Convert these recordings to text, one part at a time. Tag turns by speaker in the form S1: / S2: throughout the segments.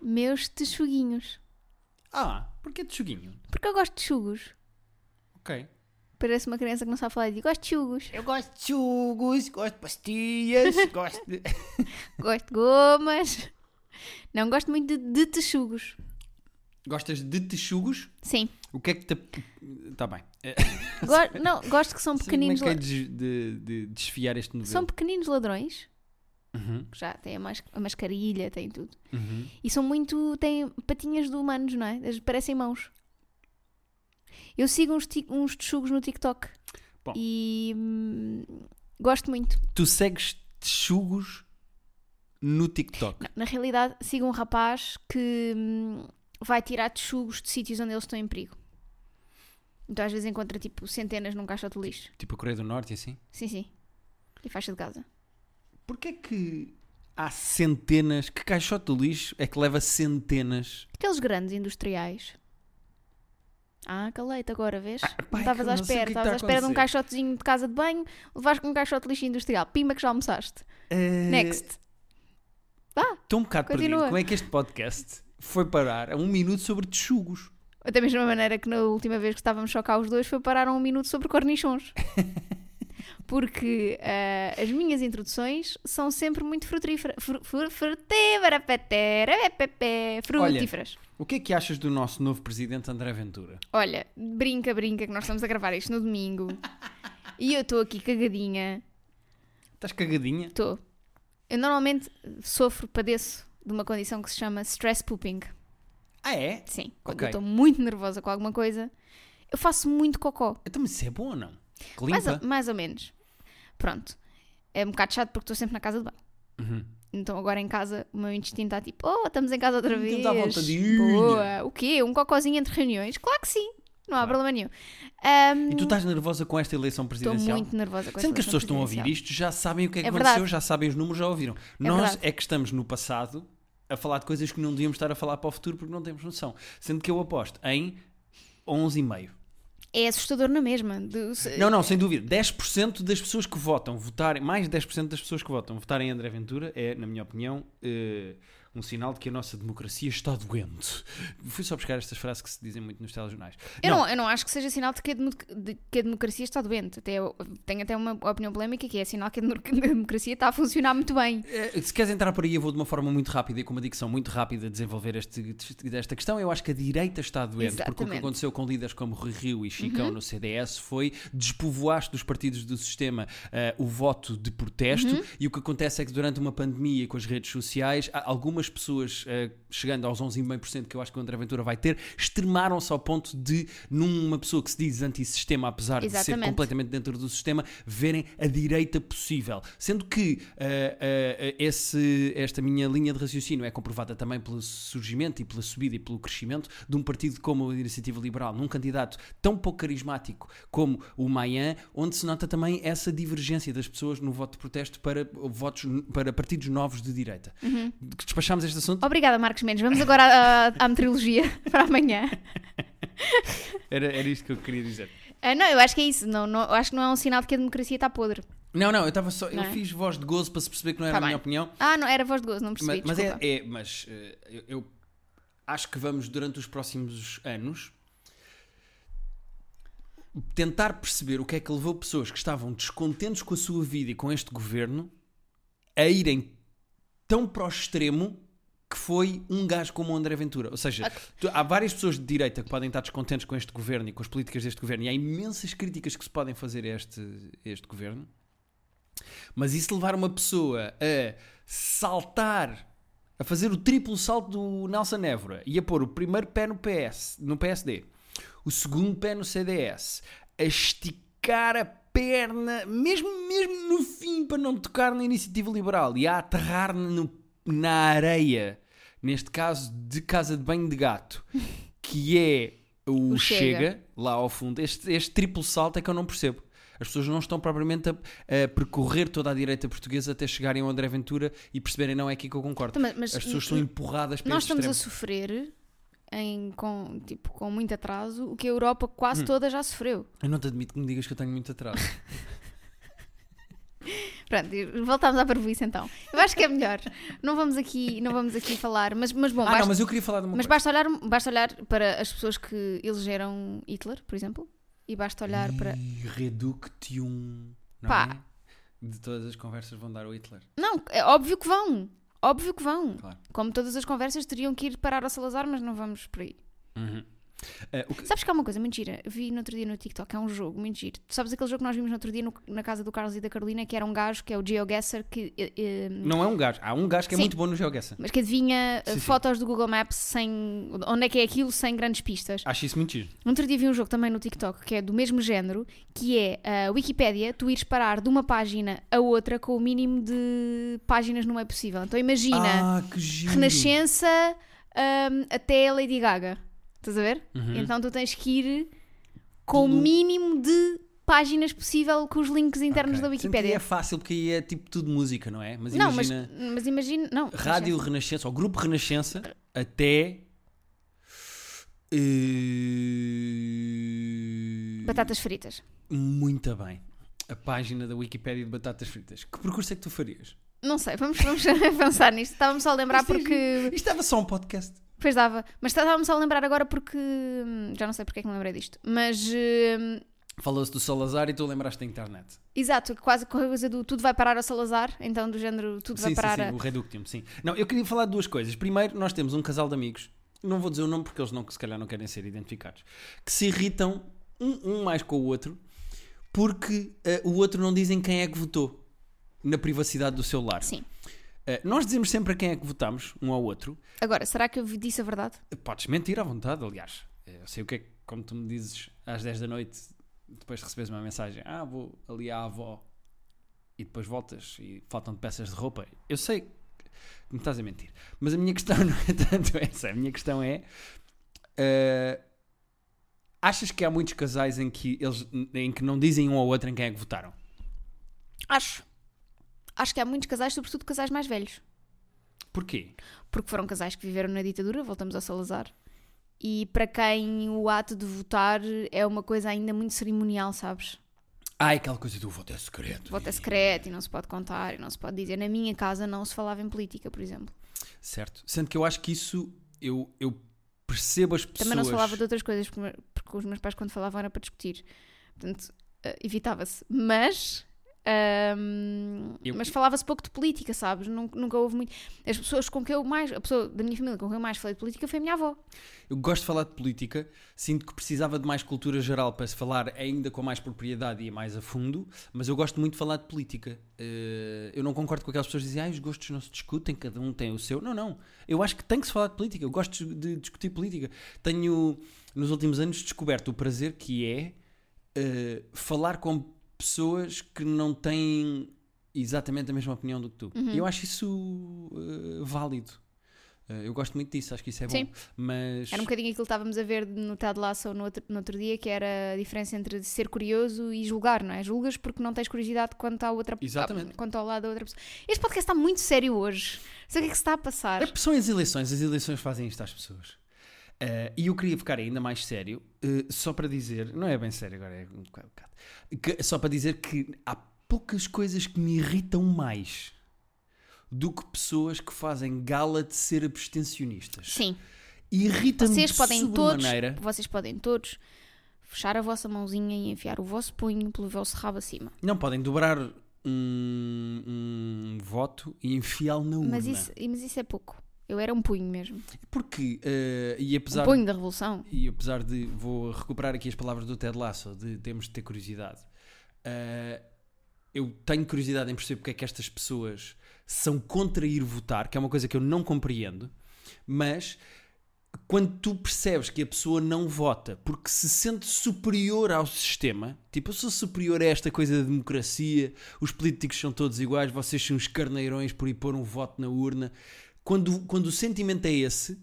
S1: meus texuguinhos.
S2: Ah, porquê texuguinho?
S1: Porque eu gosto de chugos.
S2: Ok.
S1: Parece uma criança que não sabe falar e diz: Gosto de chugos,
S2: Eu gosto de chugos, gosto de pastilhas, gosto de...
S1: gosto de gomas. Não, gosto muito de, de texugos.
S2: Gostas de texugos?
S1: Sim.
S2: O que é que te... Tá bem. É,
S1: Go- não, gosto que são
S2: não sei como é
S1: pequeninos.
S2: que é
S1: la-
S2: de, de- de desfiar este novelo?
S1: São pequeninos ladrões.
S2: Uhum,
S1: que Já têm a, mas, a mascarilha, têm tudo.
S2: uhum.
S1: E são muito. têm patinhas de humanos, não é? Eles parecem mãos. Eu sigo uns, ti- uns texugos no TikTok.
S2: Bom.
S1: E. hum, gosto muito.
S2: Tu segues texugos no TikTok?
S1: Na realidade, sigo um rapaz que hum, vai tirar texugos de sítios onde eles estão em perigo. Então às vezes encontra tipo centenas num caixote de lixo.
S2: Tipo a Coreia do Norte e assim?
S1: Sim, sim. E faixa de casa.
S2: Porquê que há centenas... Que caixote do lixo é que leva centenas?
S1: Aqueles grandes industriais. Ah, calei-te agora, vês?
S2: pá,
S1: Não
S2: é
S1: estavas
S2: que eu
S1: à
S2: não sei o
S1: espera.
S2: que é que
S1: Estavas
S2: está
S1: à
S2: a
S1: espera de um
S2: acontecer.
S1: caixotezinho de casa de banho, levaste com um caixote de lixo industrial. Pima que já almoçaste.
S2: Eh,
S1: Next.
S2: Estou um bocado
S1: Continua.
S2: perdido. Como é que este podcast foi parar a um minuto sobre texugos?
S1: Da mesma maneira que na última vez que estávamos só cá os dois foi parar a um minuto sobre cornichons. Porque ah, as minhas introduções são sempre muito frutíferas. Fru, fru, frutífera, petera, pepe, frutíferas.
S2: O que é que achas do nosso novo presidente André Ventura?
S1: Olha, brinca, brinca, que nós estamos a gravar isto no domingo. e eu estou aqui cagadinha.
S2: Estás cagadinha?
S1: Estou. Eu normalmente sofro, padeço de uma condição que se chama stress pooping.
S2: Ah, é?
S1: Sim. Quando eu
S2: Ok.
S1: estou muito nervosa com alguma coisa, eu faço muito cocó.
S2: Então, mas isso é bom ou não? Que
S1: Mais
S2: Limpa?
S1: ou, mais ou menos. Pronto. É um bocado chato porque estou sempre na casa de banho.
S2: Uhum.
S1: Então agora em casa o meu instinto está tipo, oh, estamos em casa outra vez.
S2: Então dá vontade de-
S1: Boa. O quê? Um cocózinho entre reuniões? Claro que sim. Não há
S2: Claro.
S1: problema nenhum.
S2: E tu estás nervosa com esta eleição
S1: Estou
S2: presidencial?
S1: muito nervosa com esta
S2: Sendo que
S1: eleição
S2: as pessoas estão a ouvir
S1: presidencial.
S2: isto, já sabem o que é que
S1: É
S2: aconteceu,
S1: verdade.
S2: já sabem os números, já ouviram. Nós
S1: verdade.
S2: é que estamos no passado a falar de coisas que não devíamos estar a falar para o futuro porque não temos noção. Sendo que eu aposto em 11,5.
S1: É assustador na mesma. De- se-
S2: Não, não, sem dúvida. 10% das pessoas que votam, votarem, mais de 10% das pessoas que votam, votarem em André Ventura é, na minha opinião, eh, um sinal de que a nossa democracia está doente. Fui só buscar estas frases que se dizem muito nos telejornais.
S1: Eu não, eu não acho que seja sinal de que, a demo- de que a democracia está doente. Até, eu- tenho até uma opinião polémica que é sinal que a demo- que a democracia está a funcionar muito bem.
S2: Eh, Se queres entrar por aí, eu vou de uma forma muito rápida e com uma dicção muito rápida desenvolver este, esta questão. Eu acho que a direita está doente, porque o que
S1: Exatamente. Uhum.
S2: aconteceu com líderes como Rui Rio e Chicão no CDS foi despovoaste dos partidos do sistema eh, o voto de protesto.
S1: Uhum.
S2: E o que acontece é que durante uma pandemia e com as redes sociais, há algumas pessoas, eh, chegando aos 11,5% que eu acho que o André Ventura vai ter, extremaram-se ao ponto de, numa pessoa que se diz antissistema, apesar de ser
S1: Exatamente.
S2: completamente completamente dentro do sistema, verem a direita possível. Sendo que ah, ah, ah, esse- esta minha linha de raciocínio é comprovada também pelo surgimento e pela subida e pelo crescimento de um partido como a Iniciativa Liberal, num candidato tão pouco carismático como o Mayan, onde se nota também essa divergência das pessoas no voto de protesto para, votos, para partidos novos de direita.
S1: Uhum.
S2: Despachámos este assunto?
S1: Obrigada, Marcos Mendes. Vamos agora à, à- à meteorologia para amanhã.
S2: Era, era isto que eu queria dizer.
S1: Ah, não, eu acho que é isso. Não, não- eu acho que não é um sinal de que a democracia está podre.
S2: Não, não, eu estava só.
S1: Não
S2: Eu
S1: é?
S2: fiz voz de gozo para se perceber que não
S1: Tá
S2: era a minha
S1: bem.
S2: opinião.
S1: Ah, não, era voz de gozo, não percebi.
S2: Mas, mas é,
S1: desculpa.
S2: é- mas eh, eu, eu acho que vamos durante os próximos anos tentar perceber o que é que levou pessoas que estavam descontentes com a sua vida e com este governo a irem tão para o extremo que foi um gajo como o André Ventura. Ou seja, tu- há várias pessoas de direita que podem estar descontentes com este governo e com as políticas deste governo e há imensas críticas que se podem fazer a este, a este governo. Mas isso levar uma pessoa a saltar, a fazer o triplo salto do Nelson Évora e a pôr o primeiro pé no, PS, no PSD, o segundo pé no CDS, a esticar a perna, mesmo, mesmo no fim, para não tocar na iniciativa liberal e a aterrar no- na areia, neste caso de casa de banho de gato, que é o,
S1: O Chega.
S2: Chega lá ao fundo. Este, este triplo salto é que eu não percebo. As pessoas não estão propriamente a, a percorrer toda a direita portuguesa até chegarem ao André Ventura e perceberem, não é aqui que eu concordo.
S1: Então, mas- mas
S2: As pessoas são empurradas para
S1: nós
S2: este
S1: estamos
S2: extremo.
S1: a sofrer em- com, tipo, com muito atraso o que a Europa
S2: Hum.
S1: quase toda já sofreu.
S2: Eu não te admito que me digas que eu tenho muito atraso.
S1: Pronto, voltámos à parvoíce então. Eu acho que é melhor. Não vamos aqui, não vamos aqui falar, mas, mas bom,
S2: Ah,
S1: basta,
S2: não,
S1: mas,
S2: mas eu queria falar de uma coisa.
S1: basta, olhar, basta olhar para as pessoas que elegeram Hitler, por exemplo, e basta olhar para.
S2: E reductium. Não
S1: Pá.
S2: é? De todas as conversas vão dar o Hitler.
S1: Não, é óbvio que vão. Óbvio que vão.
S2: Claro.
S1: Como todas as conversas teriam que ir parar ao Salazar, mas não vamos por aí.
S2: Eh, o que-
S1: Sabes que há uma coisa muito gira? Vi no outro dia no TikTok, é um jogo muito giro. Tu sabes aquele jogo que nós vimos no outro dia no- na casa do Carlos e da Carolina, que era um gajo que é o GeoGuessr, que, eh, eh,
S2: Não é um gajo. Há um gajo que é
S1: Sim.
S2: muito bom no GeoGuessr.
S1: mas que adivinha eh,
S2: Sim, sim.
S1: fotos do Google Maps sem. onde é que é aquilo sem grandes pistas.
S2: Acho isso muito giro.
S1: No outro dia vi um jogo também no TikTok que é do mesmo género, que é a Wikipédia, tu ires parar de uma página a outra com o mínimo de páginas no meio possível. Então imagina,
S2: Ah, que giro.
S1: Renascença hum, até Lady Gaga. Estás a ver? Então tu tens que ir com o
S2: Uhum. Tudo-
S1: mínimo de páginas possível com os links internos
S2: Ok.
S1: da
S2: Sendo que
S1: Wikipédia.
S2: aí é fácil porque aí é tipo tudo música, não é? Mas
S1: Não, mas,
S2: imagina
S1: mas é imagina. Não,
S2: Rádio Renascença, ou Grupo Renascença, até. eh,
S1: Batatas fritas.
S2: Muito bem. A página da Wikipédia de batatas fritas. Que percurso é que tu farias?
S1: Não sei, vamos, vamos avançar nisto. Estávamos só a lembrar
S2: Isto é
S1: porque.
S2: Isto estava só um podcast.
S1: Pois dava. Mas estava-me só a lembrar agora porque. hum, Já não sei porque é que me lembrei disto. Mas. hum,
S2: Falou-se do Salazar e tu lembraste da internet.
S1: exato, quase com a coisa do tudo vai parar ao Salazar. Então, do género, tudo vai
S2: sim,
S1: parar.
S2: sim,
S1: a-
S2: sim, o Reductium, sim. Não, eu queria falar de duas coisas. Primeiro, nós temos um casal de amigos, não vou dizer o nome porque eles não, se calhar não querem ser identificados, que se irritam um, um mais com o outro porque eh, o outro não dizem quem é que votou na privacidade do seu lar.
S1: Sim.
S2: Eh, nós dizemos sempre a quem é que votamos, um ao outro.
S1: Agora, será que eu disse a verdade?
S2: Podes mentir à vontade, aliás. Eu sei o que é que, como tu me dizes às 10 da noite, depois recebes uma mensagem: Ah, vou ali à avó e depois voltas e faltam-te peças de roupa. Eu sei que me estás a mentir. Mas a minha questão não é tanto essa. A minha questão é: eh, Achas que há muitos casais em que, eles, em que não dizem um ao outro em quem é que votaram?
S1: Acho. Acho que há muitos casais, sobretudo casais mais velhos.
S2: Porquê?
S1: Porque foram casais que viveram na ditadura, voltamos ao Salazar. E para quem o ato de votar é uma coisa ainda muito cerimonial, sabes?
S2: Ah, é aquela coisa do voto é secreto.
S1: Voto é secreto e não se pode contar e não se pode dizer. Na minha casa não se falava em política, por exemplo.
S2: Certo. Sendo que eu acho que isso eu, eu percebo as pessoas.
S1: Também não se falava de outras coisas, porque porque os meus pais, quando falavam, era para discutir. Portanto, eh, evitava-se. Mas. ahm,
S2: Eu-
S1: Mas falava-se pouco de política, sabes? Nun- Nunca, houve muito. As pessoas com quem eu mais. A pessoa da minha família com quem eu mais falei de política foi a minha avó.
S2: Eu gosto de falar de política, sinto que precisava de mais cultura geral para se falar ainda com mais propriedade e mais a fundo, mas eu gosto muito de falar de política. Eh, eu não concordo com aquelas pessoas que dizem ah, os gostos não se discutem, cada um tem o seu. Não, não. Eu acho que tem que se falar de política, eu gosto de discutir política. Tenho, nos últimos anos, descoberto o prazer que é eh, falar com pessoas que não têm exatamente a mesma opinião do que tu.
S1: Uhum.
S2: E eu acho isso eh, válido. Eh, eu gosto muito disso, acho que isso é bom.
S1: Sim.
S2: Mas...
S1: Era um bocadinho aquilo que estávamos a ver no Ted Lasso no outro, no outro dia, que era a diferença entre ser curioso e julgar, não é? Julgas porque não tens curiosidade quanto, à outra,
S2: Exatamente.
S1: quanto ao lado da outra pessoa. Este podcast está muito sério hoje. Não sei o que é que se está a passar.
S2: É, São as eleições, as eleições fazem isto às pessoas. Eh, e eu queria ficar ainda mais sério, eh, só para dizer, não é bem sério agora, é um bocado, um bocado. Que- só para dizer que há poucas coisas que me irritam mais do que pessoas que fazem gala de ser abstencionistas.
S1: Sim.
S2: Irrita-me
S1: Vocês
S2: de
S1: podem todos,
S2: sobremaneira.
S1: vocês podem todos fechar a vossa mãozinha e enfiar o vosso punho pelo vosso rabo acima.
S2: Não podem dobrar um, um voto e enfiá-lo na urna.
S1: Mas isso, mas isso é pouco. Eu era um punho mesmo.
S2: Porque, eh, e
S1: Um
S2: apesar
S1: punho da revolução.
S2: E apesar de, vou recuperar aqui as palavras do Ted Lasso, de temos de ter curiosidade. Ah, eu tenho curiosidade em perceber porque é que estas pessoas são contra ir votar, que é uma coisa que eu não compreendo, mas quando tu percebes que a pessoa não vota porque se sente superior ao sistema, tipo, eu sou superior a esta coisa da democracia, os políticos são todos iguais, vocês são uns carneirões por ir pôr um voto na urna. Quando, quando o sentimento é esse,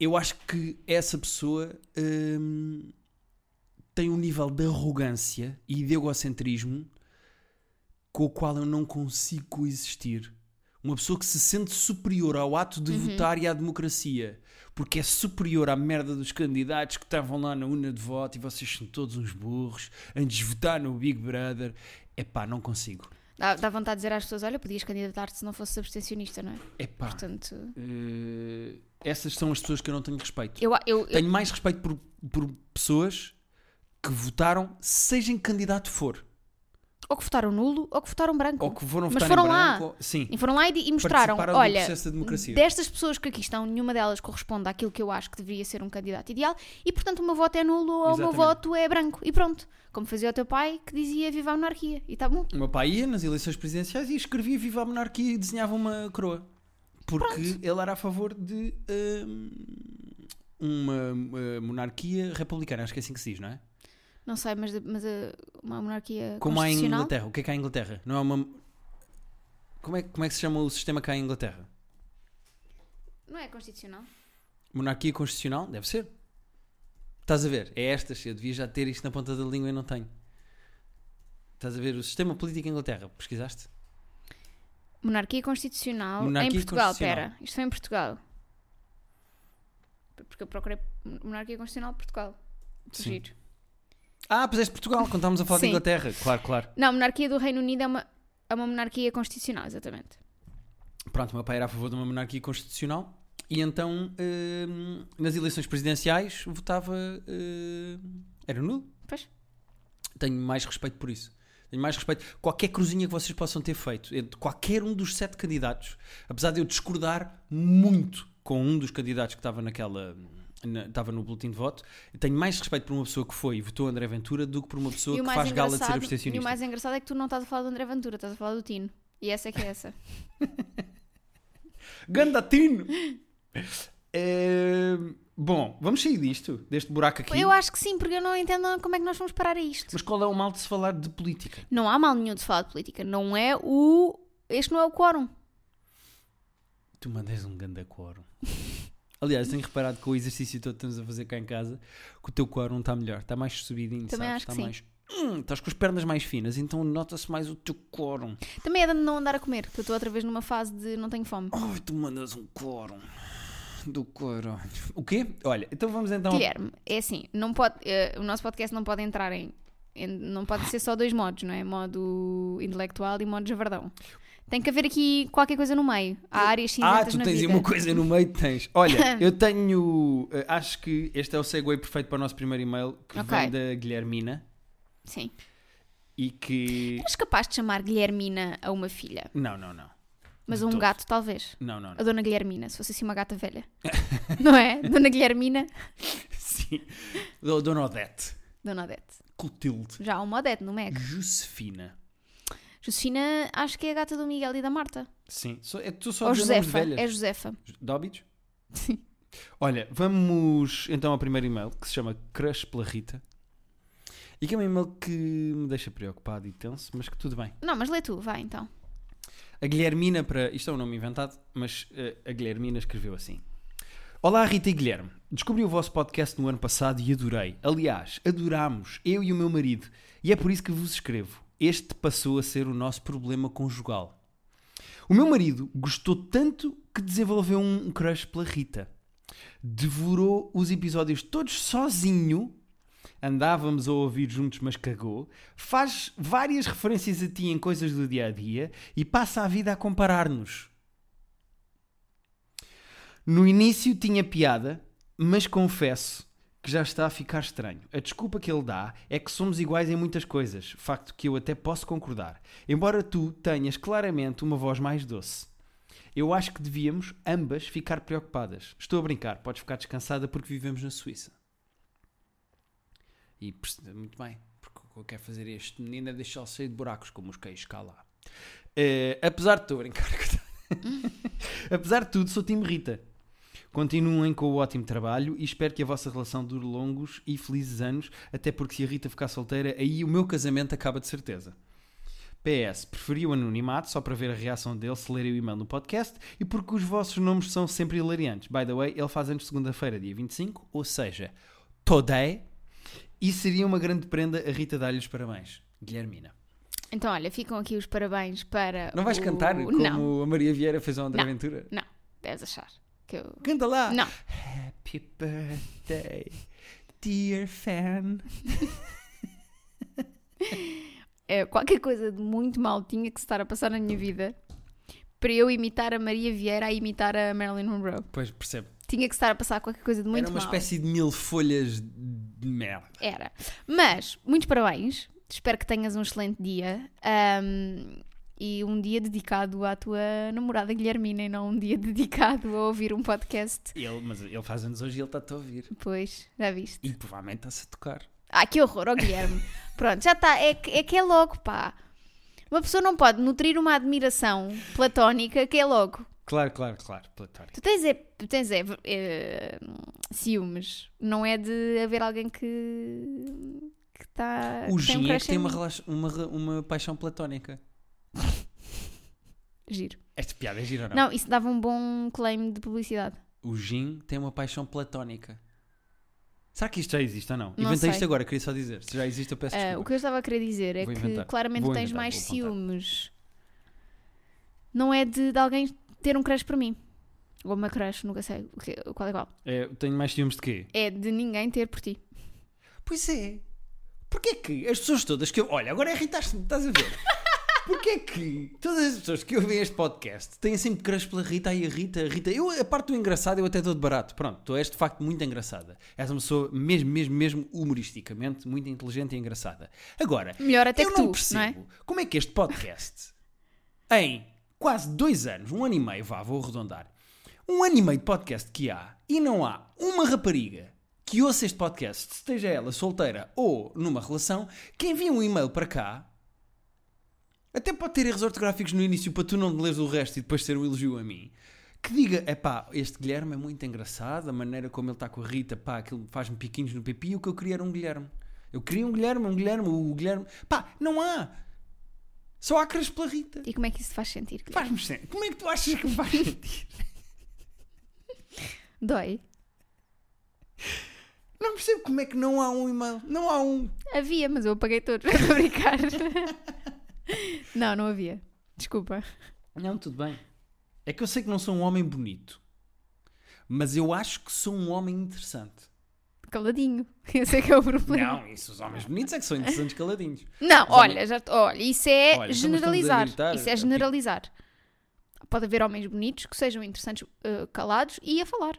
S2: eu acho que essa pessoa hum, tem um nível de arrogância e de egocentrismo com o qual eu não consigo coexistir. Uma pessoa que se sente superior ao ato de votar e à democracia, porque é superior à merda dos candidatos que estavam lá na urna de voto e vocês são todos uns burros antes de votar no Big Brother. É pá, não consigo.
S1: Dá, dá vontade de dizer às pessoas: olha, podias candidatar-te se não fosses abstencionista, não é?
S2: Epá,
S1: Portanto,
S2: eh, essas são as pessoas que eu não tenho respeito.
S1: eu, eu, eu-
S2: Tenho mais respeito por, por pessoas que votaram, seja em que candidato for,
S1: ou que votaram nulo ou que votaram branco.
S2: ou que foram
S1: Mas
S2: votar
S1: foram
S2: em
S1: lá.
S2: branco. ou- Sim,
S1: E foram lá e, di- e mostraram:
S2: participaram do
S1: olha,
S2: processo da democracia.
S1: destas pessoas que aqui estão, nenhuma delas corresponde àquilo que eu acho que deveria ser um candidato ideal e, portanto, o meu voto é nulo ou o meu
S2: Exatamente.
S1: voto é branco. E pronto. Como fazia o teu pai que dizia: viva a monarquia. E está bom.
S2: O meu pai ia nas eleições presidenciais e escrevia Viva a Monarquia e desenhava uma coroa. Porque ele era a favor de hum, uma, uh, monarquia republicana, acho que é assim que se diz, não é?
S1: Não sei, mas, mas eh, uma monarquia
S2: Como há em
S1: constitucional.
S2: Inglaterra. O que é que há em Inglaterra? Não é uma. Como é, como é que se chama o sistema cá em Inglaterra?
S1: Não é constitucional?
S2: Monarquia constitucional? Deve ser. Estás a ver? É estas. Eu devia já ter isto na ponta da língua e não tenho. Estás a ver? O sistema político em Inglaterra. Pesquisaste?
S1: Monarquia constitucional em
S2: Monarquia
S1: Portugal,
S2: constitucional.
S1: pera. Isto foi em Portugal. Porque eu procurei monarquia constitucional de Portugal. Giro.
S2: Ah, puseste Portugal, quando estávamos a falar de
S1: Sim.
S2: Inglaterra. Claro, claro.
S1: Não, a monarquia do Reino Unido é uma, é uma monarquia constitucional, exatamente.
S2: Pronto, o meu pai era a favor de uma monarquia constitucional e então hum, nas eleições presidenciais votava. hum, era nulo.
S1: Pois.
S2: Tenho mais respeito por isso. Tenho mais respeito. Qualquer cruzinha que vocês possam ter feito entre qualquer um dos sete candidatos, apesar de eu discordar muito com um dos candidatos que estava naquela. na- estava no boletim de voto, tenho mais respeito por uma pessoa que foi e votou André Ventura do que por uma pessoa
S1: E o,
S2: que
S1: mais
S2: faz gala de ser
S1: engraçado, e o
S2: abstencionista.
S1: mais engraçado é que tu não estás a falar do André Ventura, estás a falar do Tino. E essa é que é essa.
S2: Gandatino! É, Bom, vamos sair disto, deste buraco aqui.
S1: Eu acho que sim, porque eu não entendo como é que nós vamos parar a isto.
S2: Mas qual é o mal de se falar de política?
S1: Não há mal nenhum de falar de política. Não é o. Este não é o quórum.
S2: Tu mandas um ganda quórum. Aliás, tenho reparado que com o exercício todo que estamos a fazer cá em casa, que o teu quórum está melhor, está mais subidinho,
S1: Também
S2: sabes?
S1: acho que
S2: está
S1: sim.
S2: mais. Hum, estás com as pernas mais finas, então nota-se mais o teu quórum.
S1: Também é de não andar a comer, porque eu estou outra vez numa fase de não tenho fome.
S2: Ai, tu mandas um quórum. Do quórum. O quê? Olha, então vamos então.
S1: Guilherme, é assim, não pode, eh, o nosso podcast não pode entrar em, em- Não pode ser só dois modos, não é? Modo intelectual e modo javardão. Tem que haver aqui qualquer coisa no meio. Há áreas cinzentas
S2: Ah, tu
S1: na
S2: tens aí
S1: vida.
S2: uma coisa no meio que tens. Olha, eu tenho. eh, Acho que este é o segue perfeito para o nosso primeiro e-mail que
S1: Ok.
S2: vem da Guilhermina
S1: Sim.
S2: e que.
S1: Eres capaz de chamar Guilhermina a uma filha,
S2: Não, não, não.
S1: mas
S2: De
S1: a um
S2: todo.
S1: gato talvez.
S2: Não, não,
S1: A
S2: não.
S1: Dona Guilhermina, se fosse assim uma gata velha. não é? Dona Guilhermina.
S2: Sim. Do- Dona Odete.
S1: Dona Odete.
S2: Clotilde.
S1: Já há uma Odete no MEC.
S2: Josefina.
S1: Josefina, acho que é a gata do Miguel e da Marta.
S2: Sim. Só, é, tu só
S1: Ou
S2: dizes nomes de
S1: Josefa.
S2: velhas.
S1: É Josefa.
S2: Dóbidos?
S1: Sim.
S2: Olha, vamos então ao primeiro e-mail que se chama Crush pela Rita. E que é um e-mail que me deixa preocupado e tenso, mas que tudo bem.
S1: Não, mas lê tu, vai então.
S2: A Guilhermina, para. Isto é um nome inventado, mas eh, a Guilhermina escreveu assim: Olá, Rita e Guilherme. Descobri o vosso podcast no ano passado e adorei. Aliás, adorámos, eu e o meu marido. E é por isso que vos escrevo. Este passou a ser o nosso problema conjugal. O meu marido gostou tanto que desenvolveu um crush pela Rita. Devorou os episódios todos sozinho andávamos a ouvir juntos, mas cagou, faz várias referências a ti em coisas do dia a dia e passa a vida a comparar-nos. No início tinha piada, mas confesso que já está a ficar estranho. A desculpa que ele dá é que somos iguais em muitas coisas, facto que eu até posso concordar, embora tu tenhas claramente uma voz mais doce. Eu acho que devíamos ambas ficar preocupadas. Estou a brincar, podes ficar descansada porque vivemos na Suíça. E perce- muito bem, porque o que eu quero fazer a este menino é deixá-lo sair de buracos, como os queijos cá lá. Eh, apesar de estou a brincar, coitado. apesar de tudo, sou time Rita. Continuem com o ótimo trabalho e espero que a vossa relação dure longos e felizes anos, até porque se a Rita ficar solteira, aí o meu casamento acaba de certeza. PS, preferi o anonimato só para ver a reação dele se lerem o e-mail no podcast e porque os vossos nomes são sempre hilariantes. By the way, ele faz anos segunda-feira, dia 25, ou seja, today, e seria uma grande prenda a Rita dar-lhe os parabéns. Guilhermina.
S1: Então, olha, ficam aqui os parabéns para.
S2: Não vais
S1: o-
S2: cantar como
S1: Uh, Não,
S2: a Maria Vieira fez ao André
S1: Não.
S2: Ventura?
S1: não, deves achar. Que eu...
S2: Canta lá!
S1: Não,
S2: Happy birthday, dear fan.
S1: eh, qualquer coisa de muito mal tinha que se estar a passar na minha vida para eu imitar a Maria Vieira a imitar a Marilyn Monroe.
S2: Pois percebe.
S1: Tinha que estar a passar qualquer coisa de muito
S2: Era uma
S1: mal.
S2: espécie de mil folhas de merda.
S1: Era. Mas, muitos parabéns. Espero que tenhas um excelente dia. Ahm, e um dia dedicado à tua namorada Guilhermina e não um dia dedicado a ouvir um podcast.
S2: Ele, mas ele faz anos hoje e ele está-te a ouvir.
S1: Pois, já viste.
S2: E provavelmente está-se a tocar.
S1: Ah, que horror, ó Guilherme. Pronto, já está. É, que- é que é logo, pá. Uma pessoa não pode nutrir uma admiração platónica que é logo.
S2: Claro, claro, claro, Platónico.
S1: Tu tens é, tu tens é, eh, ciúmes. Não é de haver alguém que. que um está.
S2: O Gin é que tem uma,
S1: relação.
S2: relax- uma, re- uma paixão platónica.
S1: Giro.
S2: Esta piada é gira ou não?
S1: Não, isso dava um bom claim de publicidade.
S2: O Gin tem uma paixão platónica. Será que isto já existe ou não?
S1: Não
S2: Inventei
S1: sei.
S2: isto agora, queria só dizer. Se já existe, eu peço
S1: Ah,
S2: desculpa.
S1: o que eu estava a querer dizer é
S2: Vou
S1: que
S2: inventar.
S1: claramente
S2: Vou
S1: tens
S2: inventar,
S1: mais
S2: vou apontar.
S1: ciúmes. Não é de, de alguém ter um crush por mim. Ou uma crush, nunca sei o que- qual é qual.
S2: É, tenho mais ciúmes de quê?
S1: É de ninguém ter por ti.
S2: Pois é. Porquê que as pessoas todas que eu. Olha, agora irritaste-me, estás a ver? Porquê que todas as pessoas que ouvem este podcast têm sempre crush pela Rita e a Rita, a Rita. Eu, a parte do engraçado, eu até dou de barato. Pronto, tu és de facto muito engraçada. És uma pessoa, mesmo, mesmo, mesmo humoristicamente, muito inteligente e engraçada. Agora,
S1: Melhor até
S2: eu
S1: que
S2: não
S1: tu,
S2: percebo
S1: não é?
S2: como é que este podcast, em quase dois anos, um ano e meio, vá, vou arredondar, um ano e meio de podcast que há e não há uma rapariga que ouça este podcast, esteja ela solteira ou numa relação, que envia um e-mail para cá. Até pode ter erros ortográficos no início para tu não me leres o resto e depois ser o elogio a mim. Que diga, epá, este Guilherme é muito engraçado, a maneira como ele está com a Rita, pá, aquilo faz-me piquinhos no pipi, e o que eu queria era um Guilherme. Eu queria um Guilherme, um Guilherme, o Guilherme. Pá, não há! Só há crush pela Rita.
S1: E como é que isso te faz sentir? Guilherme?
S2: Faz-me sen- Como é que tu achas que me faz sentir?
S1: Dói.
S2: Não percebo como é que não há um e-mail. Não há um.
S1: Havia, mas eu apaguei todos. Estou a brincar. não, não havia. Desculpa.
S2: Não, tudo bem. É que eu sei que não sou um homem bonito. Mas eu acho que sou um homem interessante.
S1: Caladinho. Eu sei que é o problema.
S2: Não, isso os homens bonitos é que são interessantes caladinhos.
S1: Não,
S2: Mas
S1: olha, já, olha, isso é
S2: Olha, então estamos a
S1: generalizar.
S2: gritar,
S1: Isso
S2: é
S1: é
S2: pico.
S1: generalizar. Pode haver homens bonitos que sejam interessantes eh, calados e a falar.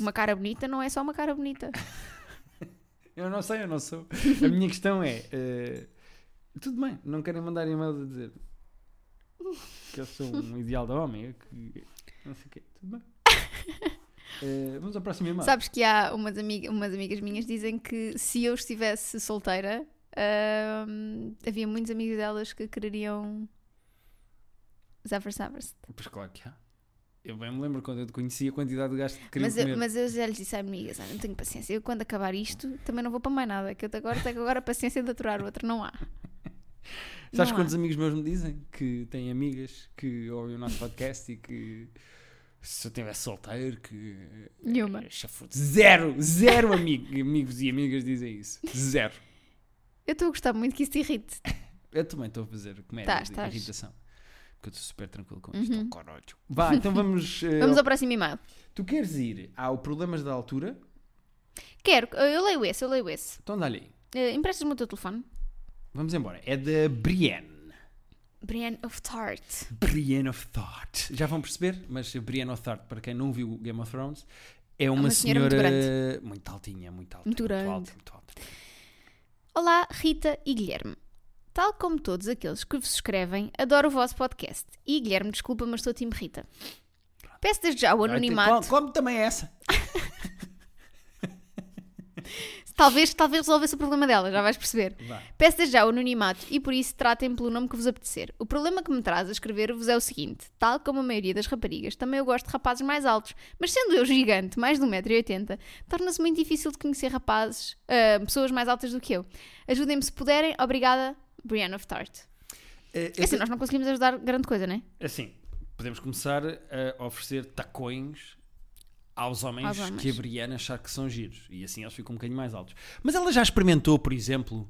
S1: Uma cara bonita não é só uma cara bonita.
S2: Eu não sei, eu não sou. A minha questão é. eh, tudo bem, não querem mandar e-mail a dizer "Uh, que eu sou um ideal de homem. eu que, não sei o quê. Tudo bem. Eh, vamos ao próximo e-mail.
S1: Sabes que há umas, amiga, umas amigas minhas dizem que se eu estivesse solteira, ahm, havia muitos amigos delas que quereriam Zafra Savers.
S2: Pois claro que há. Eu bem me lembro quando eu te conheci a quantidade de gasto que queria
S1: Mas, eu-
S2: comer.
S1: mas eu já lhes disse, amigas, ah, não tenho paciência. Eu quando acabar isto também não vou para mais nada. Que eu agora tenho agora a paciência de aturar o outro. Não há.
S2: Sabes
S1: não há.
S2: quantos amigos meus me dizem que têm amigas que ouvem o nosso podcast e que se eu estivesse solteiro que eh,
S1: Nenhuma.
S2: Chafurdo. Zero, zero ami- amigos e amigas dizem isso. Zero.
S1: Eu estou a gostar muito que isso te irrite.
S2: Eu também estou a fazer comédia
S1: Tás,
S2: de
S1: tás.
S2: irritação. Porque eu estou super tranquilo com isto. oh, caralho. Vá, então vamos. eh,
S1: Uhum. Vamos ao próximo e-mail.
S2: Tu queres ir ao Problemas da Altura?
S1: Quero, eu leio esse, eu leio esse.
S2: Então dá-lhe aí.
S1: Eh, Emprestas-me o teu telefone?
S2: Vamos embora. É da Brienne.
S1: Brienne of Tart.
S2: Brienne of Thought. Já vão perceber, mas Brienne of Thought, para quem não viu Game of Thrones, é uma,
S1: uma senhora muito
S2: muito, altinha, muito alta.
S1: Muito grande.
S2: alta, muito alta.
S1: Olá, Rita e Guilherme. Tal como todos aqueles que vos escrevem, adoro o vosso podcast. E Guilherme, desculpa, mas estou time Rita. Peço desde já o
S2: Ai, tem-
S1: anonimato.
S2: Come, come também essa.
S1: Talvez, talvez resolvesse o problema dela, já vais perceber.
S2: Vá.
S1: Peço desde já o anonimato e por isso tratem pelo nome que vos apetecer. O problema que me traz a escrever-vos é o seguinte: tal como a maioria das raparigas, também eu gosto de rapazes mais altos, mas sendo eu gigante, mais de 1,80m, torna-se muito difícil de conhecer rapazes, ah, pessoas mais altas do que eu. Ajudem-me se puderem, obrigada, Brienne of Tart.
S2: Eh,
S1: É
S2: eu
S1: assim, nós não conseguimos ajudar grande coisa, né?
S2: Assim, podemos começar a oferecer tacões aos homens,
S1: Aos homens.
S2: que a Briana achar que são giros. E assim eles ficam um bocadinho mais altos. Mas ela já experimentou, por exemplo,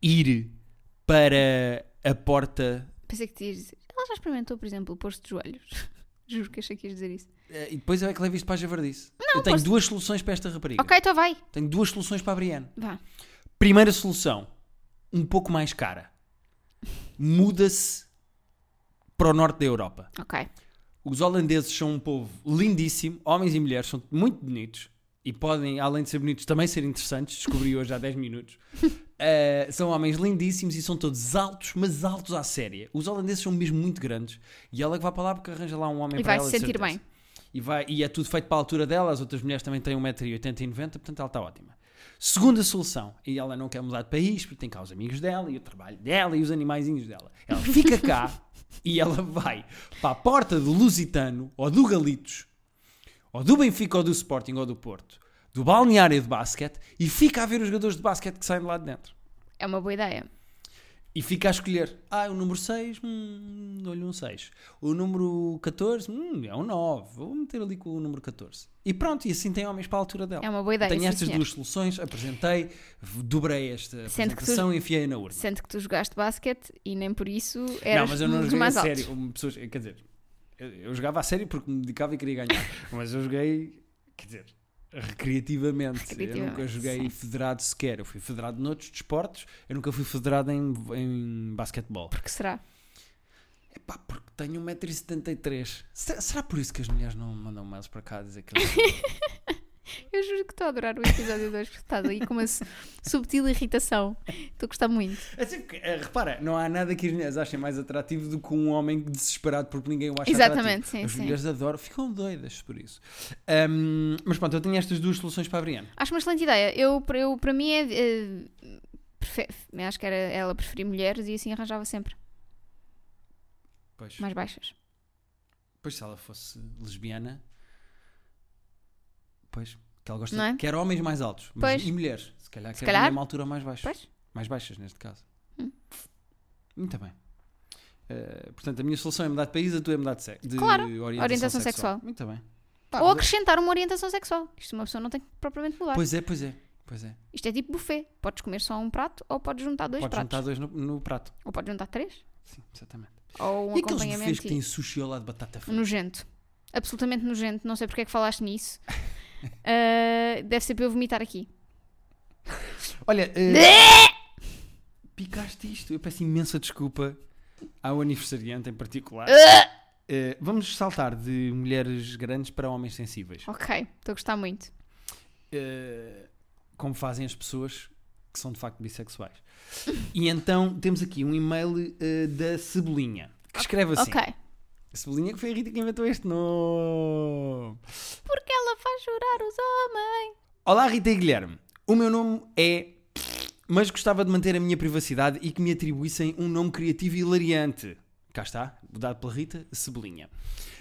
S2: ir para a porta
S1: Pensei que te ias dizer. Ela já experimentou, por exemplo, o posto de joelhos. Juro que achei que ias dizer isso.
S2: eh, e depois eu é que levo isto para a Javardice. eu tenho duas soluções para esta rapariga.
S1: Ok, então vai.
S2: Tenho duas soluções para a Briana.
S1: Vá.
S2: Primeira solução: um pouco mais cara. Muda-se para o norte da Europa.
S1: Ok.
S2: Os holandeses são um povo lindíssimo, homens e mulheres são muito bonitos e podem, além de ser bonitos, também ser interessantes. Descobri hoje há 10 minutos. Uh, são homens lindíssimos e são todos altos, mas altos à séria. Os holandeses são mesmo muito grandes e ela que vai para lá porque arranja lá um homem
S1: E
S2: para
S1: vai
S2: ela.
S1: se
S2: de
S1: sentir
S2: certeza.
S1: bem.
S2: E, vai, e é tudo feito para a altura dela, as outras mulheres também têm 1,80m e 90 portanto ela está ótima. Segunda solução, e ela não quer mudar de país porque tem cá os amigos dela e o trabalho dela e os animaizinhos dela. Ela fica cá e ela vai para a porta do Lusitano ou do Galitos, ou do Benfica ou do Sporting ou do Porto, do balneário de basquete e fica a ver os jogadores de basquete que saem de lá de dentro.
S1: É uma boa ideia.
S2: E fica a escolher. Ah, o número 6, hum, dou-lhe um 6. O número 14, hum, é um 9. Vou meter ali com o número 14. E pronto, e assim tem homens para a altura dela.
S1: É uma boa ideia,
S2: Tenho
S1: sim,
S2: estas
S1: senhor.
S2: duas soluções, apresentei, dobrei esta
S1: Sendo que tu-
S2: apresentação e enfiei na urna.
S1: Sente que tu jogaste basquete e nem por isso eras
S2: Não, mas eu não
S1: um dos
S2: joguei a
S1: mais altos.
S2: sério. Hum, Pessoas, quer dizer, eu, eu jogava a sério porque me dedicava e queria ganhar. mas eu joguei, quer dizer, recreativamente. Eu nunca
S1: Recreativamente,
S2: joguei
S1: sim.
S2: federado sequer. Eu fui federado noutros desportos, eu nunca fui federado em, em basquetebol.
S1: Porque será?
S2: Epá, porque tenho 1,73m. Será, será por isso que as mulheres não me mandam mais para cá dizer que eu sou-
S1: Eu juro que estou a adorar o episódio 2 porque estás aí com uma su- subtil irritação. Estou a gostar muito.
S2: assim, porque, eh, Repara, não há nada que as mulheres achem mais atrativo do que um homem desesperado porque ninguém o acha
S1: Exatamente,
S2: atrativo.
S1: sim,
S2: As
S1: sim.
S2: mulheres adoram, ficam doidas por isso. Ahm, mas pronto, eu tenho estas duas soluções para a Briana.
S1: Acho uma excelente ideia. Eu, para- eu, para mim é. eh, prefe- Acho que era ela preferir mulheres e assim arranjava sempre
S2: Pois,
S1: mais baixas.
S2: pois se ela fosse lesbiana, pois, que ela gosta
S1: Não é?
S2: de quer homens mais altos mas-
S1: Pois.
S2: e mulheres. Se calhar quer
S1: calhar.
S2: mulher uma altura mais baixa.
S1: Pois?
S2: Mais baixas, neste caso.
S1: Hum.
S2: Muito bem. Eh, portanto, a minha solução é mudar de país, a tua é mudar de, se- de
S1: Claro,
S2: orientação,
S1: orientação sexual.
S2: Muito bem.
S1: Ou acrescentar uma orientação sexual. Isto uma pessoa não tem que propriamente mudar.
S2: Pois é, pois é. Pois é.
S1: Isto é tipo buffet. Podes comer só um prato ou podes juntar dois
S2: Podes
S1: pratos.
S2: juntar dois no, no prato.
S1: Ou podes juntar três.
S2: Sim, exatamente.
S1: Ou um
S2: e aqueles bufês
S1: acompanhamento.
S2: que
S1: e-
S2: têm sushi ao lado de batata frita?
S1: Nojento. Absolutamente nojento. Não sei porque é que falaste nisso. Ah, deve ser para eu vomitar aqui. Hum.
S2: Olha, eh, picaste isto. Eu peço imensa desculpa ao aniversariante em particular. Eh, vamos saltar de mulheres grandes para homens sensíveis.
S1: Ok, estou a gostar muito.
S2: eh, como fazem as pessoas que são de facto bissexuais. E então temos aqui um e-mail eh, da Cebolinha, que escreve assim:
S1: Ok.
S2: A Cebolinha que foi a Rita que inventou este nome.
S1: Porque ela faz chorar os homens.
S2: Olá, Rita e Guilherme. O meu nome é. Mas gostava de manter a minha privacidade e que me atribuíssem um nome criativo e hilariante. Cá está, dado pela Rita, Cebolinha.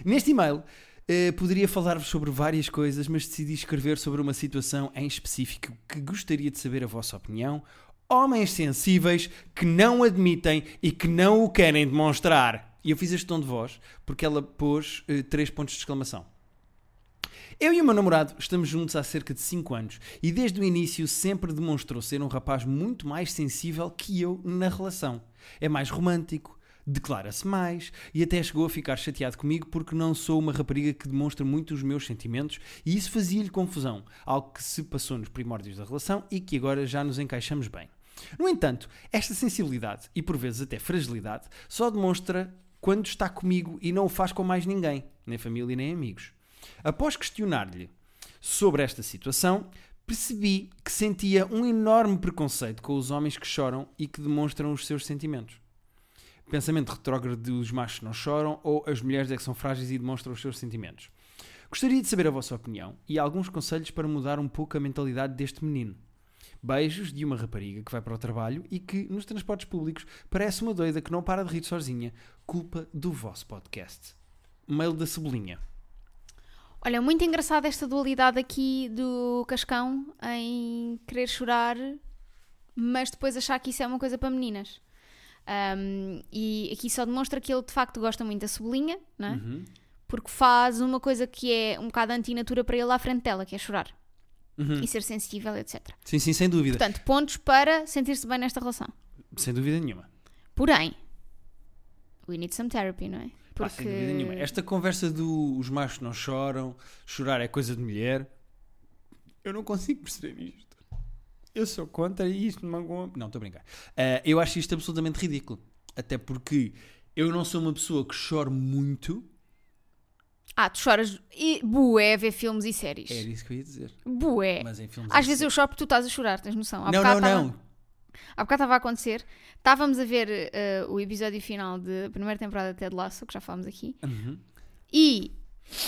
S2: Neste e-mail, eh, poderia falar-vos sobre várias coisas, mas decidi escrever sobre uma situação em específico que gostaria de saber a vossa opinião. Homens sensíveis que não admitem e que não o querem demonstrar. E eu fiz este tom de voz porque ela pôs eh, três pontos de exclamação. Eu e o meu namorado estamos juntos há cerca de 5 anos e desde o início sempre demonstrou ser um rapaz muito mais sensível que eu na relação. É mais romântico, declara-se mais e até chegou a ficar chateado comigo porque não sou uma rapariga que demonstra muito os meus sentimentos e isso fazia-lhe confusão, algo que se passou nos primórdios da relação e que agora já nos encaixamos bem. No entanto, esta sensibilidade e por vezes até fragilidade só demonstra quando está comigo e não o faz com mais ninguém, nem família nem amigos. Após questionar-lhe sobre esta situação, percebi que sentia um enorme preconceito com os homens que choram e que demonstram os seus sentimentos. Pensamento retrógrado de os machos não choram ou as mulheres é que são frágeis e demonstram os seus sentimentos. Gostaria de saber a vossa opinião e alguns conselhos para mudar um pouco a mentalidade deste menino. Beijos de uma rapariga que vai para o trabalho e que, nos transportes públicos, parece uma doida que não para de rir sozinha. Culpa do vosso podcast. Mail da Cebolinha.
S1: Olha, muito engraçada esta dualidade aqui do Cascão em querer chorar, mas depois achar que isso é uma coisa para meninas. Ahm, e aqui só demonstra que ele de facto gosta muito da sublinha, não é?
S2: Uhum.
S1: porque faz uma coisa que é um bocado antinatura para ele à frente dela, que é chorar
S2: Uhum.
S1: e ser sensível, etc.
S2: Sim, sim, sem dúvida.
S1: Portanto, pontos para sentir-se bem nesta relação.
S2: sem dúvida nenhuma.
S1: Porém, we need some therapy, não é?
S2: Pá, sem dúvida nenhuma. É Esta conversa do os machos não choram, chorar é coisa de mulher. Eu não consigo perceber isto. eu sou contra e isto me magoa. Não, estou a brincar. Ah, eu acho isto absolutamente ridículo. Até porque eu não sou uma pessoa que chore muito.
S1: Ah, tu choras e bué a ver filmes e séries.
S2: Era isso que eu ia dizer.
S1: Bué.
S2: É. Mas em filmes.
S1: É.
S2: assim.
S1: Às vezes eu choro porque tu estás a chorar, tens noção? Há
S2: Não,
S1: bocado
S2: não,
S1: estava-
S2: não.
S1: Há bocado estava a acontecer. Estávamos a ver eh, o episódio final da primeira temporada de Ted Lasso, que já falámos aqui.
S2: Uhum.
S1: E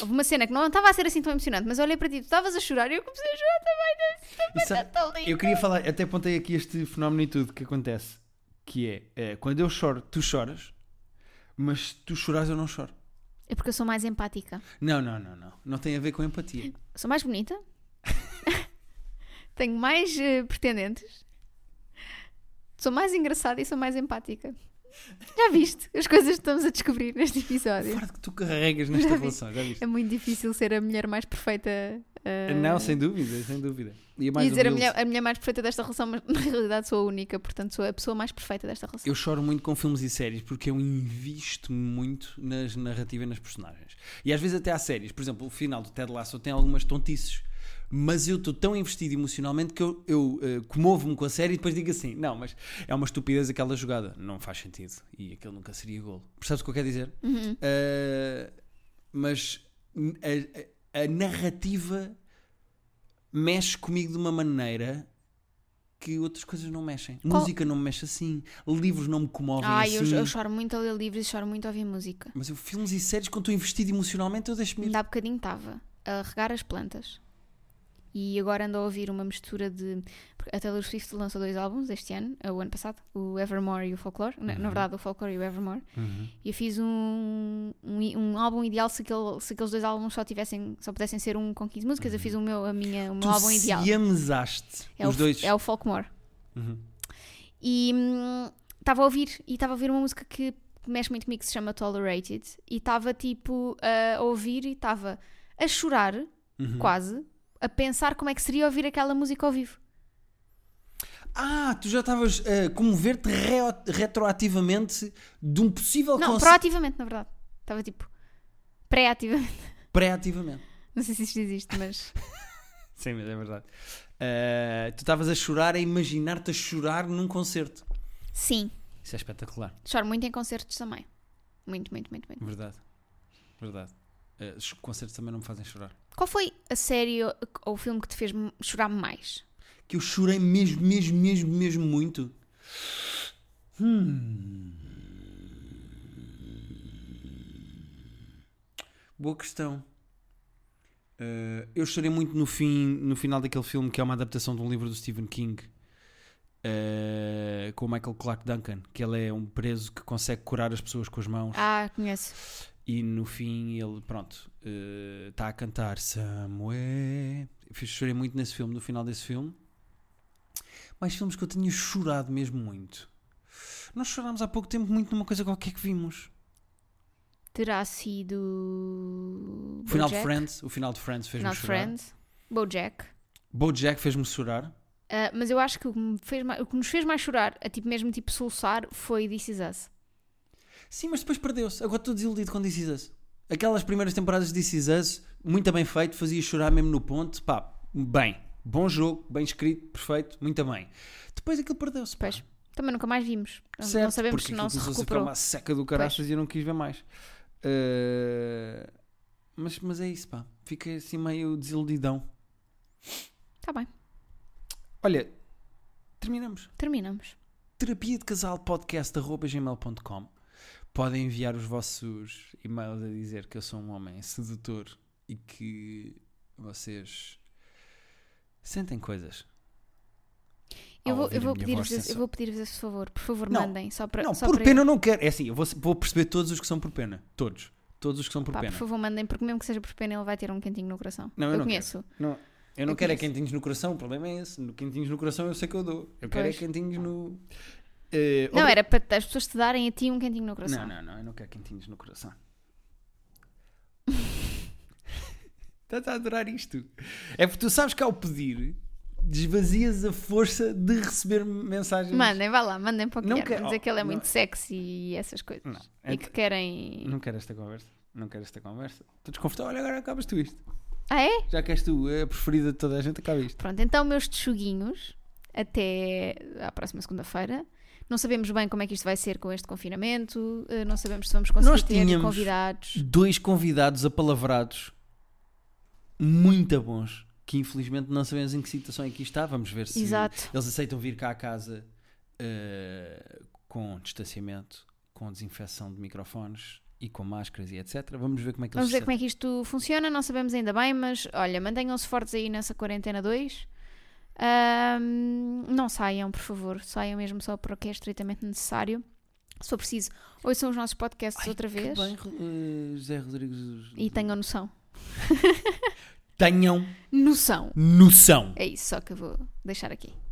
S1: houve uma cena que não estava a ser assim tão emocionante, mas eu olhei para ti, tu estavas a chorar e eu comecei a chorar
S2: E
S1: também.
S2: sabe-
S1: Tão lindo.
S2: Eu queria falar, até apontei aqui este fenómeno e tudo que acontece, que é, eh, quando eu choro, tu choras, mas se tu choras eu não choro.
S1: É porque eu sou mais empática.
S2: Não, não, não, não. Não tem a ver com empatia.
S1: Sou mais bonita. Tenho mais eh, pretendentes. Sou mais engraçada e sou mais empática. Já viste as coisas que estamos a descobrir neste episódio?
S2: Fora de que tu carregas nesta relação, já viste?
S1: É muito difícil ser a mulher mais perfeita. eh,
S2: Não, sem dúvida, sem dúvida. E é
S1: Ia
S2: mais
S1: dizer a
S2: humilde.
S1: mulher, a mulher mais perfeita desta relação, mas na realidade sou a única, portanto sou a pessoa mais perfeita desta relação.
S2: Eu choro muito com filmes e séries porque eu invisto muito nas narrativas e nas personagens. E às vezes até há séries, por exemplo, o final do Ted Lasso tem algumas tontices, mas eu estou tão investido emocionalmente que eu, eu eh, comovo-me com a série e depois digo assim: não, mas é uma estupidez aquela jogada, não faz sentido e aquele nunca seria golo. Percebes o que eu quero dizer?
S1: Uhum.
S2: Eh, mas n- a, a- a narrativa mexe comigo de uma maneira que outras coisas não mexem.
S1: Qual-
S2: Música não me mexe assim, livros não me comovem
S1: Ai, eu,
S2: assim.
S1: eu choro muito a ler livros e choro muito a ouvir música.
S2: Mas eu, filmes e séries, quando estou investido emocionalmente, eu deixo-me ir.
S1: Ainda há bocadinho estava a regar as plantas e agora ando a ouvir uma mistura de. porque A Taylor Swift lançou dois álbuns este ano, eh, o ano passado, o Evermore e o Folklore. Na,
S2: Uhum.
S1: na verdade, o Folklore e o Evermore. E eu fiz um, um, i- um álbum ideal se, aquele, se aqueles dois álbuns só, tivessem, só pudessem ser um com 15 músicas. Eu fiz o meu, a minha, o meu
S2: Uhum. Tu
S1: álbum ideal.
S2: siamesaste
S1: É
S2: os
S1: o,
S2: dois.
S1: É o Folkmore.
S2: Uhum.
S1: E hum, estava a ouvir, e estava a ouvir uma música que mexe muito comigo, que se chama Tolerated, e estava tipo a ouvir e estava a chorar,
S2: Uhum.
S1: quase, a pensar como é que seria ouvir aquela música ao vivo.
S2: Ah, tu já estavas a comover-te reo- retroativamente de um possível
S1: Não,
S2: conce-
S1: proativamente, na verdade. Estava tipo pré-ativamente.
S2: pré-ativamente.
S1: Não sei se isto existe, mas
S2: Sim, mas é verdade. Eh, tu estavas a chorar, a imaginar-te a chorar num concerto.
S1: sim,
S2: Isso é espetacular.
S1: choro muito em concertos também. Muito, muito, muito, muito.
S2: Verdade. Verdade. Eh, os concertos também não me fazem chorar.
S1: Qual foi a série ou, ou o filme que te fez m- chorar mais?
S2: Que eu chorei mesmo, mesmo, mesmo, mesmo muito. Hum. Boa questão. Eh, eu chorei muito no fim, no final daquele filme que é uma adaptação de um livro do Stephen King. eh, com o Michael Clark Duncan, que ele é um preso que consegue curar as pessoas com as mãos.
S1: Ah, conheço.
S2: E no fim ele, pronto, está a cantar Samuel. Fiz chorei muito nesse filme, no final desse filme. Mais filmes que eu tinha chorado mesmo muito. Nós chorámos há pouco tempo muito numa coisa qualquer que vimos.
S1: Terá sido.
S2: O final de
S1: BoJack?
S2: Friends, o final de Friends fez-me
S1: Not
S2: chorar.
S1: Friends, BoJack.
S2: BoJack fez-me chorar.
S1: Ah, mas eu acho que o que, me fez mais- o que nos fez mais chorar, a tipo mesmo tipo soluçar, foi This Is Us.
S2: Sim, mas depois perdeu-se. Agora estou desiludido com This Is Us. Aquelas primeiras temporadas de This Is Us, muito bem feito, fazia chorar mesmo no ponto. Pá, bem. Bom jogo, bem escrito, perfeito, muito bem. Depois aquilo perdeu-se. pá.
S1: Pois. Também nunca mais vimos. Não-
S2: Certo,
S1: não sabemos
S2: porque
S1: se não
S2: aquilo
S1: se
S2: começou a ficar
S1: recuperou.
S2: uma seca do caraças e eu não quis ver mais. Eh, mas, mas é isso, pá. Fiquei assim meio desiludidão.
S1: Está Tá bem,
S2: Olha, terminamos.
S1: terminamos.
S2: Terapia de Casal Podcast arroba gmail.com Podem enviar os vossos e-mails a dizer que eu sou um homem sedutor e que vocês sentem coisas.
S1: Eu
S2: Ao
S1: vou,
S2: ouvir
S1: eu
S2: a
S1: vou
S2: Ah, minha
S1: pedir-vos
S2: voz
S1: esse, eu
S2: sensual.
S1: vou pedir-vos esse favor. Por favor,
S2: Não.
S1: mandem. Só para.
S2: Não,
S1: só
S2: por
S1: para-
S2: pena eu não quero. É assim, eu vou, vou perceber todos os que são por pena. Todos. Todos os que são por
S1: Pá, por
S2: pena.
S1: favor, mandem, porque mesmo que seja por pena, ele vai ter um cantinho no coração.
S2: Não, eu
S1: eu
S2: não
S1: conheço.
S2: Não, eu não
S1: Eu
S2: quero é
S1: conheço.
S2: quentinhos no coração, o problema é esse. No quentinhos no coração eu sei que eu dou. Eu quero é
S1: Pois.
S2: quentinhos no. Eh,
S1: Não,
S2: obri-
S1: era para as pessoas te darem a ti um cantinho no coração.
S2: Não, não, não, eu não quero quentinhos no coração. Estás a adorar isto. É porque tu sabes que ao pedir, desvazias a força de receber mensagens.
S1: Mandem, vá lá, mandem para o
S2: Não
S1: Guilherme.
S2: quero- oh,
S1: Dizer que ele é
S2: não-
S1: muito sexy e essas coisas.
S2: Não. é
S1: E que querem.
S2: Não quero esta conversa. Não quero esta conversa. Estou desconfortável. Olha, agora acabas tu isto.
S1: Ah, é?
S2: Já que és tu a preferida de toda a gente, acaba isto.
S1: Pronto, então meus tchuguinhos. até à próxima segunda-feira. Não sabemos bem como é que isto vai ser com este confinamento, eh, não sabemos se vamos conseguir
S2: Nós
S1: ter
S2: tínhamos-
S1: convidados.
S2: Dois convidados apalavrados muito bons, que infelizmente não sabemos em que situação é que está. Vamos ver se
S1: Exato.
S2: eles aceitam vir cá à casa eh, com distanciamento, com desinfecção de microfones e com máscaras e etc. Vamos ver como é que eles
S1: Vamos ver
S2: se
S1: como é que isto funciona, não sabemos ainda bem, mas olha, mantenham-se fortes aí nessa quarentena 2. Ahm, não saiam, por favor, saiam mesmo só para o que é estritamente necessário. Se for preciso, ouçam os nossos podcasts
S2: Ai,
S1: outra vez
S2: Que bem, eh, José Rodrigues.
S1: e tenham noção.
S2: Tenham
S1: Noção!
S2: noção.
S1: É isso só que eu vou deixar aqui.